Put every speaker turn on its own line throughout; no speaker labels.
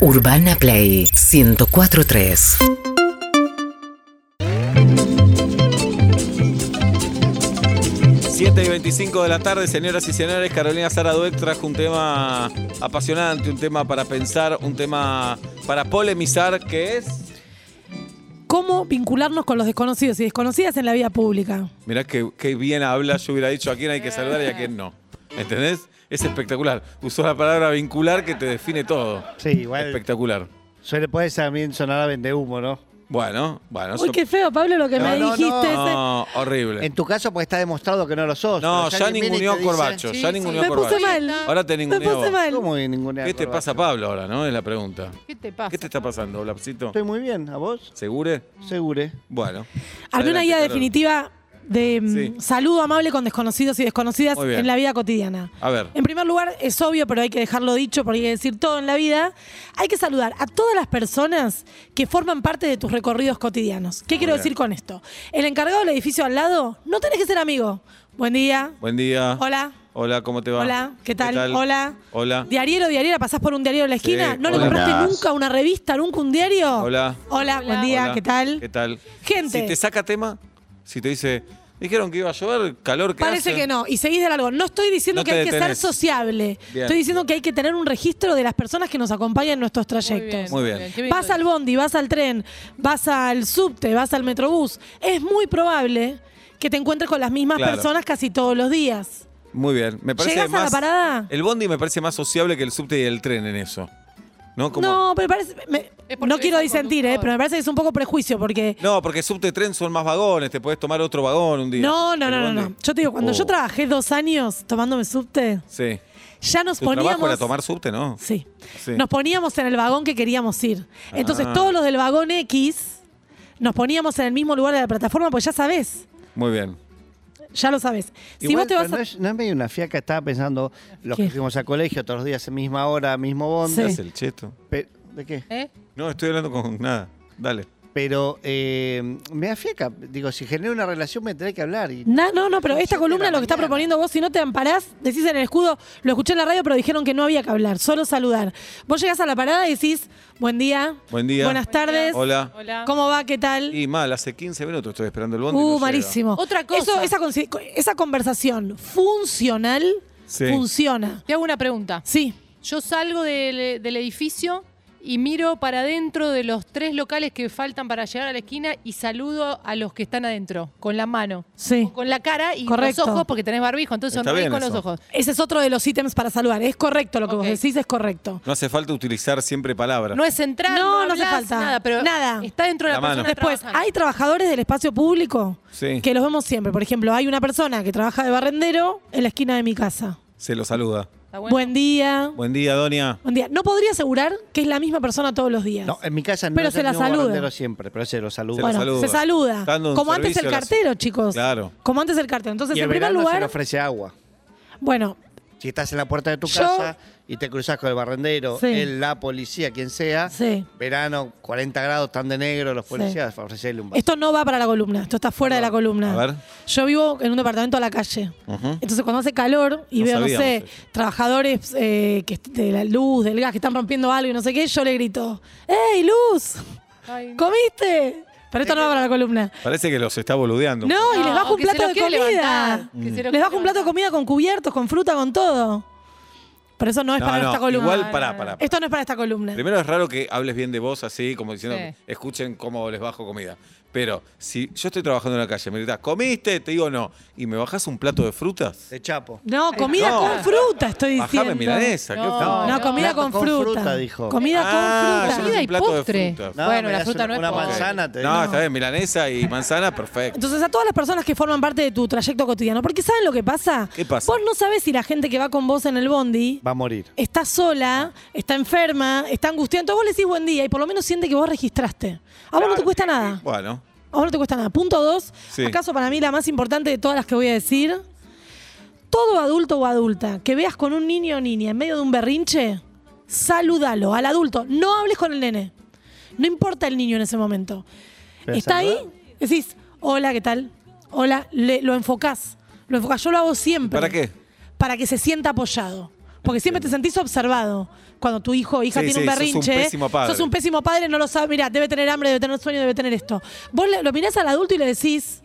Urbana Play 1043.
Siete y 25 de la tarde, señoras y señores, Carolina Sara Dueck trajo un tema apasionante, un tema para pensar, un tema para polemizar, que es...
cómo vincularnos con los desconocidos y desconocidas en la vida pública.
Mirá que, que bien habla, yo hubiera dicho a quién hay que saludar y a quién no. ¿Entendés? Es espectacular. Usó la palabra vincular que te define todo.
Sí, igual.
Espectacular.
Suele puede también sonar a vende humo, ¿no?
Bueno, bueno.
Uy,
yo-
qué feo, Pablo, lo que
No,
me
no,
dijiste.
No, horrible.
En tu caso, porque está demostrado que no lo sos.
No,
pero
ya
alguien viene y
ninguneó
te dice,
Corbacho, ya
sí,
ese.
ninguneó
Me puse
Corbacho.
mal.
Ahora te
Me
ninguneo.
puse
vos.
mal.
¿Cómo que ningunea
¿Qué te
Corbacho?
pasa, Pablo, ahora, no? Es la pregunta.
¿Qué te pasa?
¿Qué te está pasando, Blapsito?
Estoy muy bien, ¿a vos?
¿Segure?
Segure.
Bueno.
Armé una
Adelante,
guía
Carol.
definitiva de mm,
Sí.
saludo amable con desconocidos y desconocidas
Muy bien.
en la vida cotidiana.
A ver.
En primer lugar, es obvio, pero hay que dejarlo dicho porque hay que decir todo en la vida. Hay que saludar a todas las personas que forman parte de tus recorridos cotidianos. ¿Qué quiero
bien.
decir con esto? El encargado del edificio al lado, no tenés que ser amigo. Buen día.
Buen día.
Hola.
Hola, ¿cómo te va?
Hola, ¿qué tal? Hola.
Hola.
Diariero, diariera, pasás por un diario de la
Sí,
esquina. ¿No le
hola.
compraste
Hola.
nunca una revista, nunca un diario?
Hola.
Hola, buen día,
Hola.
¿qué tal?
¿Qué tal?
Gente.
Si te saca tema, si te dice, dijeron que iba a llover, calor que
Parece
hace.
que no. Y seguís de largo. No estoy diciendo
No
que
te
hay que ser
detenés.
sociable.
Bien.
Estoy diciendo que hay que tener un registro de las personas que nos acompañan en nuestros
Muy bien.
trayectos.
Muy bien.
qué
Vas al bondi, vas al tren, vas al subte, vas al metrobús. Es muy probable que te encuentres con las mismas
Claro.
personas casi todos los días.
Muy bien. Me parece
¿Llegás a la
más,
parada?
El bondi me parece más sociable que el subte y el tren en eso. ¿No? Como-
No, pero parece. me-
Es porque
no quiero
es el
disentir, eh,
conductor.
pero me parece que es un poco prejuicio porque.
No, porque subte y tren son más vagones, te podés tomar otro vagón un día.
No, no,
El
no, no,
bondi-
no. Yo te digo, cuando
Oh,
yo trabajé dos años tomándome subte,
Sí.
ya nos
Tu trabajo
poníamos.
era tomar subte, ¿no?
Sí.
Sí.
Nos poníamos en el vagón que queríamos ir. Entonces,
Ah.
todos los del vagón X nos poníamos en el mismo lugar de la plataforma, pues ya sabés.
Muy bien.
Ya lo sabés. si
Igual,
vos te
pero
vas
no,
a.
es, no es medio una fiaca, estaba pensando, los
¿Qué?
que fuimos a colegio todos los días, misma hora, mismo
Sí.
bondi.
Es el cheto.
Pe- ¿De qué?
¿Eh?
No, estoy hablando con nada. Dale.
Pero eh, me da fiaca. Digo, si genero una relación me tendré que hablar. Y
Na- no, no, pero
Son
esta
siete
columna
de la
lo que está
mañana.
proponiendo vos, si no te amparás, decís en el escudo, lo escuché en la radio, pero dijeron que no había que hablar, solo saludar. Vos llegás a la parada y decís, buen día,
Buen día.
buenas tardes,
Hola.
Hola.
¿cómo va? ¿Qué tal?
Y mal, hace 15 minutos estoy esperando el bondi. y no
Uh,
llega.
malísimo.
Otra cosa.
Eso- esa, consi- esa conversación funcional
Sí.
funciona.
Te hago una pregunta.
Sí.
Yo salgo del, del edificio y miro para adentro de los tres locales que faltan para llegar a la esquina y saludo a los que están adentro, con la mano.
Sí.
O con la cara y
Correcto.
los ojos, porque tenés barbijo, entonces
Está
sonreí
bien
con
eso.
los ojos.
Ese es otro de los ítems para saludar. Es correcto lo que
Ok.
vos decís, es correcto.
No hace falta utilizar siempre palabras.
No es entrar,
No,
no,
no hace
hablas,
falta.
Nada, pero
Nada.
está dentro de la,
La mano.
persona
Después,
trabajando.
hay trabajadores del espacio público
Sí.
que los vemos siempre. Por ejemplo, hay una persona que trabaja de barrendero en la esquina de mi casa.
Se lo saluda.
Está bueno.
Buen día.
Buen día, Doña.
Buen día. No podría asegurar que es la misma persona todos los días.
No, en mi casa no
Pero
es
se
el
la
mismo
saluda.
barrendero siempre, pero se lo saluda.
Se lo
bueno,
saluda.
se saluda.
Dando un
Como antes el
servicio a la-
cartero, chicos.
Claro.
Como antes el cartero. Entonces,
y
en
en
primer
verano se le
lugar,
ofrece agua.
bueno,
Si estás en la puerta de tu
Yo-
casa y te cruzas con el barrendero,
Sí.
él, la policía, quien sea,
Sí.
verano, 40 grados, están de negro los policías, ofrecerle un vaso.
Esto no va para la columna, esto está fuera de la columna.
A ver.
Yo vivo en un departamento a la calle.
Ujú.
Entonces cuando hace calor y
No
veo, no
sabíamos
sé,
eso.
trabajadores eh, que est- de la luz, del gas, que están rompiendo algo y no sé qué, yo le grito, ¡Ey, luz!
Ay,
¿Comiste? Pero esto no va para la columna.
Parece que los está boludeando.
No, y les
No,
bajo un
que se
plato
lo
de
quiere
comida.
levantar,
Mm.
que se lo
Les
quiere
bajo un plato de
levantar.
comida con cubiertos, con fruta, con todo. Pero eso no es
No,
para
no,
esta columna.
Igual, pará, pará.
Esto no es para esta columna.
Primero es raro que hables bien de vos así, como diciendo,
Sí.
escuchen cómo les bajo comida. Pero si yo estoy trabajando en la calle, me gritás, ¿comiste? Te digo no. ¿Y me bajás un plato de frutas?
De chapo.
No, comida
No.
con fruta, estoy diciendo.
Bajame milanesa. ¿qué
No,
fruta?
No,
No,
comida
plato
con,
con
fruta.
fruta, dijo.
Comida
Ah,
con
yo
fruta.
no
Comida
soy
y
un plato de
postre.
frutas.
No,
Bueno,
me
la
das
fruta
una-
no es
Una
pobre.
manzana te
No,
digo.
está bien, milanesa y manzana, perfecto.
Entonces a todas las personas que forman parte de tu trayecto cotidiano, porque ¿saben lo que pasa?
¿Qué pasa?
Vos no sabés si la gente que va con vos en el bondi
Va a morir.
está sola, está enferma, está angustiada. Entonces vos le decís buen día y por lo menos siente que vos registraste. A vos no
Ah,
te
eh,
cuesta nada.
Bueno,
A vos no te cuesta nada. Punto dos,
Sí.
acaso para mí la más importante de todas las que voy a decir, todo adulto o adulta que veas con un niño o niña en medio de un berrinche, salúdalo al adulto. No hables con el nene. No importa el niño en ese momento.
Pero
Está ahí,
saludá.
decís, hola, ¿qué tal? Hola, le- lo enfocás. Lo enfocás, yo lo hago siempre.
¿para qué?
Para que se sienta apoyado. Porque siempre te sentís observado. Cuando tu hijo o hija
Sí,
tiene
sí,
un
sos un
berrinche.
pésimo padre.
sos un pésimo padre, no lo sabes. Mirá, debe tener hambre, debe tener sueño, debe tener esto. Vos le- lo mirás al adulto y le decís,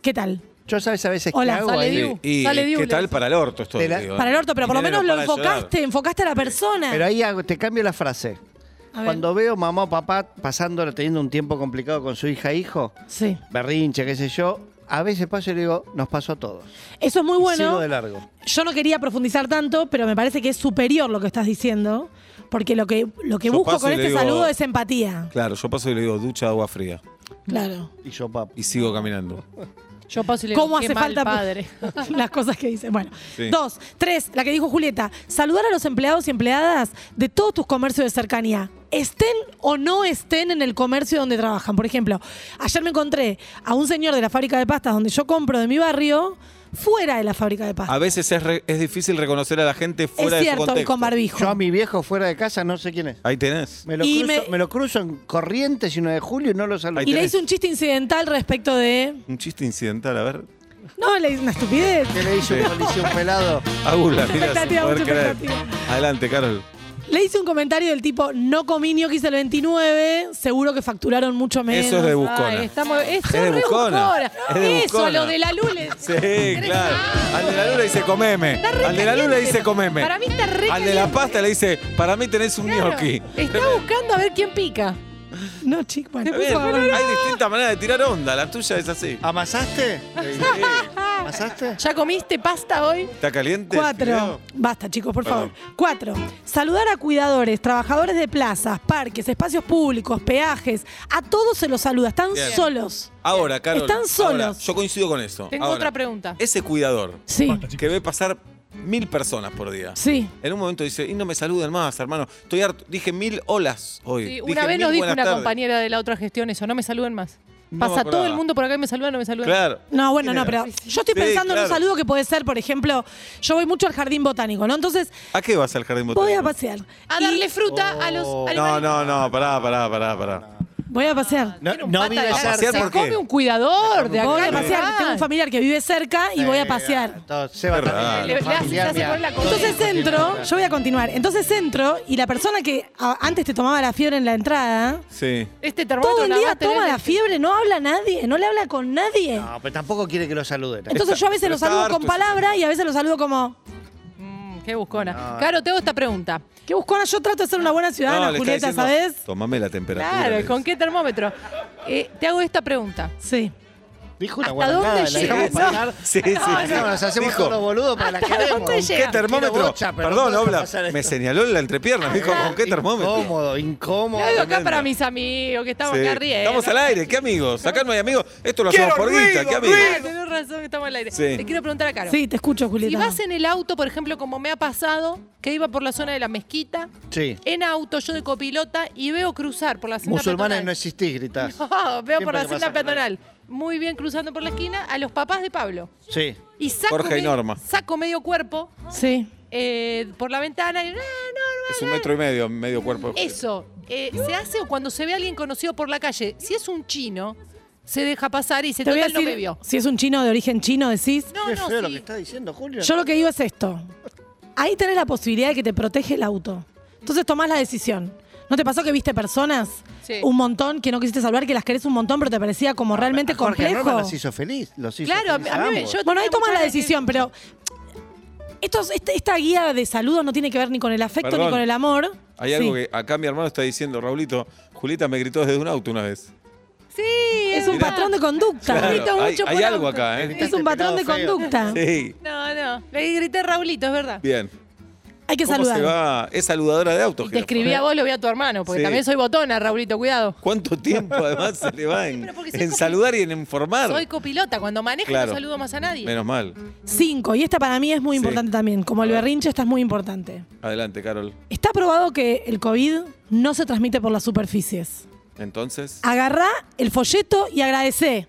¿qué tal?
Yo sabes a veces
Hola,
qué hago
sale
ahí.
Diu.
Y
Sale
qué
Diu,
tal
le-
para el orto esto.
Te la-
digo, ¿eh?
Para el orto, pero por lo
Y nene
menos
no
lo
para de llorar.
enfocaste, enfocaste a la persona.
Pero ahí hago- te cambio la frase.
A ver.
Cuando veo mamá o papá pasándola, teniendo un tiempo complicado con su hija e hijo,
Sí.
berrinche, qué sé yo, a veces paso y le digo, nos pasó a todos.
Eso es muy
Y
bueno.
sigo de largo.
Yo no quería profundizar tanto, pero me parece que es superior lo que estás diciendo, porque lo que, lo que
Yo
busco
paso
con
y le
este
digo-
saludo es empatía.
Claro, yo paso y le digo ducha agua fría
Claro.
Y yo, papá.
y sigo caminando.
Yo paso y le digo,
¿Cómo
qué
hace
mal
falta
padre.
las cosas que dice? Bueno,
Sí.
dos, tres, la que dijo Julieta, saludar a los empleados y empleadas de todos tus comercios de cercanía, estén o no estén en el comercio donde trabajan. Por ejemplo, ayer me encontré a un señor de la fábrica de pastas donde yo compro de mi barrio, fuera de la fábrica de
A
pastas.
veces es, re- es difícil reconocer a la gente Ah, fuera
Es
de su
cierto, y
contexto.
con barbijo.
Yo a mi viejo fuera de casa no sé quién es.
Ahí tenés.
Me lo,
Y
cruzo,
me-
me... lo cruzo en Corrientes y 9 de julio y no lo saludo.
Ahí
Y le
tenés.
hice un chiste incidental respecto de...
Un chiste incidental, a ver.
No, le hice una estupidez.
¿Qué le hizo un
Sí.
policía un pelado?
Agus la mira sin
Expectativa,
poder
mucha
creer.
expectativa.
Adelante, Carol.
Le hice un comentario del tipo, no comí ñoquis el 29. Seguro que facturaron mucho menos.
Eso es de
Ay,
buscona.
estamos, es,
de
re
buscona. Es de
Eso,
buscona.
lo de la lule.
Sí, claro. Al de la luna dice comeme. Al de la luna dice comeme.
Para mí está re
Al de la
caliente.
pasta le dice, para mí tenés un
Claro,
gnocchi.
Está buscando a ver quién pica.
No, chico, bueno.
Está bien, Hay distintas maneras de tirar onda. La tuya es así.
¿Amasaste? ¿Amasaste?
¿Ya comiste pasta hoy?
¿Está caliente? el
Cuatro.
fideo?
Basta, chicos, por
Perdón.
favor. Cuatro. Saludar a cuidadores, trabajadores de plazas, parques, espacios públicos, peajes. A todos se los saluda. Están
Bien.
solos.
Ahora, Carol.
Están
ahora,
solos.
yo coincido con eso.
Tengo
Ahora,
otra pregunta.
Ese cuidador
Sí.
que ve pasar mil personas por día.
Sí.
En un momento dice, y no me saluden más, hermano. Estoy harto. Dije mil olas hoy.
Sí,
Dije
una vez
mil
nos dijo
buenas
una
tardes.
compañera de la otra gestión eso, no me saluden más.
No me
Pasa
acordaba.
todo el mundo por acá y me saludan, no me saludan.
Claro.
No, bueno, no,
¿Quién era?
pero yo estoy
Sí,
pensando en un
claro.
saludo que puede ser, por ejemplo, yo voy mucho al jardín botánico, ¿no? Entonces,
¿A qué vas al jardín botánico?
voy a pasear.
A
Y-
darle fruta a los
Oh. No,
animales.
no, no, pará, pará, pará, pará.
Voy a pasear.
No,
Tiene un
no
pata
vi
de
de
cara.
¿A pasear
Se
por qué?
come un cuidador de acá.
Voy a
en
pasear.
Uruguay.
Tengo un familiar que vive cerca y voy a pasear.
Entonces, Eh, Seba
Qué
también.
raro.
Le- le hace-
Familiar,
le hace
mira.
poner la comida.
Entonces entro, yo voy a continuar. Entonces entro y la persona que a- antes te tomaba la fiebre en la entrada,
Sí.
Este termómetro
todo el
nada
día
más tenés
toma
de-
la fiebre, no habla a nadie, no le habla con nadie.
No, pero tampoco quiere que lo saluden.
Entonces yo a veces
pero
lo
está
saludo
harto
con
ese
palabra y a veces lo saludo como.
Mm, qué buscona. Caro, te hago esta pregunta.
¿Qué buscona? Yo trato de ser una buena ciudadana,
le está
Julieta,
diciendo,
¿sabes?
Tomame la temperatura. le
Claro,
dice.
¿con qué termómetro? Eh, te hago esta pregunta.
Sí.
Dijo una
¿Hasta
guarangada,
dónde
la
llega?
dejamos
No.
pasar.
Sí, sí. sí.
No, nos hacemos
Dijo,
todos los boludos para la
¿Hasta
queremos.
dónde
¿Con
llega?
¿Qué
Quiero
termómetro?
bocha, pero
Perdón,
no puedo
Obla,
pasar esto.
me señaló en la entrepierna. Me dijo, ¿con qué termómetro?
Incómodo, incómodo.
Lo digo acá
tremendo.
para mis amigos que estamos
Sí.
acá arriba.
Estamos al aire, ¿qué amigos? Acá no hay amigos. Esto lo hacemos por guita, ¿qué amigos?
Tenés razón que estamos al aire.
Sí.
Te quiero preguntar a Caro.
Sí, te escucho, Julieta.
Si vas en el auto, por ejemplo, como me ha pasado, que iba por la zona de la mezquita,
Sí.
en auto, yo de copilota, y veo cruzar por la senda
Musulmanes no
peatonal.
existís, gritás.
No, veo por
Siempre
la
te
senda
pasa por
peatonal. Muy bien, cruzando por la esquina, a los papás de Pablo.
Sí.
Y saco,
Jorge y
medio-
Norma.
saco medio cuerpo
Sí.
eh, por la ventana y. "Ah, no, no,
Es un metro y medio, medio cuerpo.
Eso, eh, se hace cuando se ve a alguien conocido por la calle. Si es un chino, se deja pasar y se
Te voy a
total no
decir,
me vio.
si es un chino de origen chino, decís.
No,
Qué
no,
feo lo
sí.
que está diciendo, Julio.
Yo lo que digo es esto. Ahí tenés la posibilidad de que te protege el auto. Entonces tomás la decisión. ¿No te pasó que viste personas
Sí.
un montón que no quisiste salvar, que las querés un montón, pero te parecía como realmente
A Jorge
complejo?
Norman los hizo feliz. Los hizo
Claro, a mí
feliz
a mí me-
ambos.
yo
Bueno, ahí
tenía
tomas
muchas
la
ganas de-
decisión, pero estos, este- esta, guía de saludos no tiene que ver ni con el afecto ni
Perdón.
con el amor.
Hay algo
Sí.
que acá mi hermano está diciendo, Raulito, Julieta me gritó desde un auto una vez.
Sí,
Es un
Mirá.
patrón de conducta.
Claro,
grito
hay
mucho
hay
por
algo
auto.
acá, ¿eh?
Es un patrón de
Pecado feo.
conducta.
Sí,
No, no. Le grité Raulito, es verdad.
bien.
Hay que
¿Cómo se
saludar.
va? Es saludadora de autos.
Te
Jirafa.
escribí a vos, lo vi a tu hermano, porque
Sí.
también soy botona, Raulito, cuidado.
¿Cuánto tiempo además se le va en,
pero porque soy
en
copi-
saludar y en informar?
Soy copilota, cuando manejo
Claro.
no saludo más a nadie.
Menos mal.
Cinco, y esta para mí es muy
Sí.
importante también. Como el berrinche, esta es muy importante.
Adelante, Carol.
Está probado que el COVID no se transmite por las superficies.
Entonces.
Agarrá el folleto y agradecé.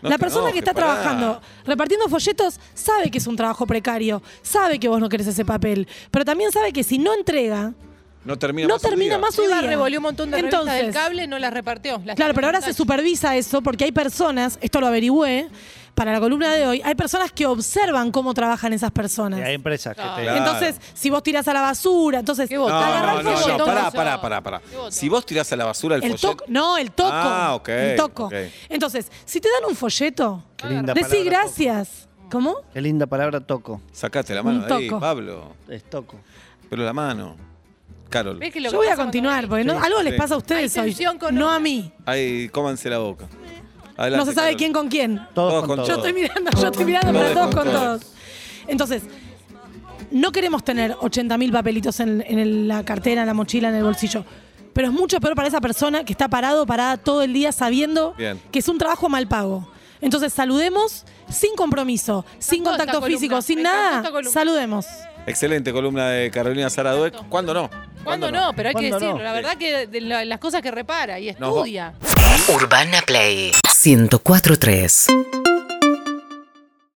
no
la
te
persona que
enojes,
está
pará.
trabajando repartiendo folletos sabe que es un trabajo precario, sabe que vos no querés ese papel, pero también sabe que si no entrega,
No termina
No
más su
termina
día.
más su
Eva
día.
revolvió un montón de revistas
Entonces,
del cable, no las repartió. las
Claro,
tiró
pero
en
ahora
la
se
calle.
supervisa eso porque hay personas, esto lo averigüé para la columna de hoy, hay personas que observan cómo trabajan esas personas.
Y hay empresas que
Ah,
te
claro.
Entonces, si vos tirás a la basura, entonces
¿Qué
No,
votó?
no,
agarrá
no,
el
no,
folleto.
folleto.
pará, pará, pará, pará.
¿Qué votó?
Si vos tirás a la basura el,
El
folleto-
toco, no, el toco.
Ah, ok,
El toco.
ok.
Entonces, si te dan un folleto,
Qué linda
decí
palabra,
gracias. ¿Cómo?
Qué linda palabra toco.
Sacate la mano
Un
de ahí,
toco.
Pablo.
Es toco.
Pero la mano. Carol.
¿Ves que lo
Yo
que
voy a
pasa cuando
continuar,
venís?
porque no-
Sí,
algo les
sí.
pasa a ustedes
Hay
hoy,
tensión con
no
una.
a mí.
Ahí, cómanse la boca.
No
Adelante,
se sabe
Carol.
quién con quién.
Todos,
Todos
con,
con
todos.
Yo estoy mirando, yo estoy mirando para
Todos
todos
con
con
todos.
todos. Entonces, no queremos tener 80.000 papelitos en, en el- la cartera, en la mochila, en el bolsillo. Pero es mucho peor para esa persona que está parado, o parada todo el día sabiendo
Bien.
que es un trabajo mal pago. Entonces, saludemos sin compromiso, sin
encantó
contacto
esta
físico,
columna,
sin
me encantó
nada.
esta columna.
Saludemos.
Excelente columna de Carolina Sara Dueck. ¿Cuándo no?
¿Cuándo no? Pero hay que
¿Cuándo no?
decirlo. La verdad que de la- las cosas que repara y
Nos va-
estudia.
Urbana Play 1043.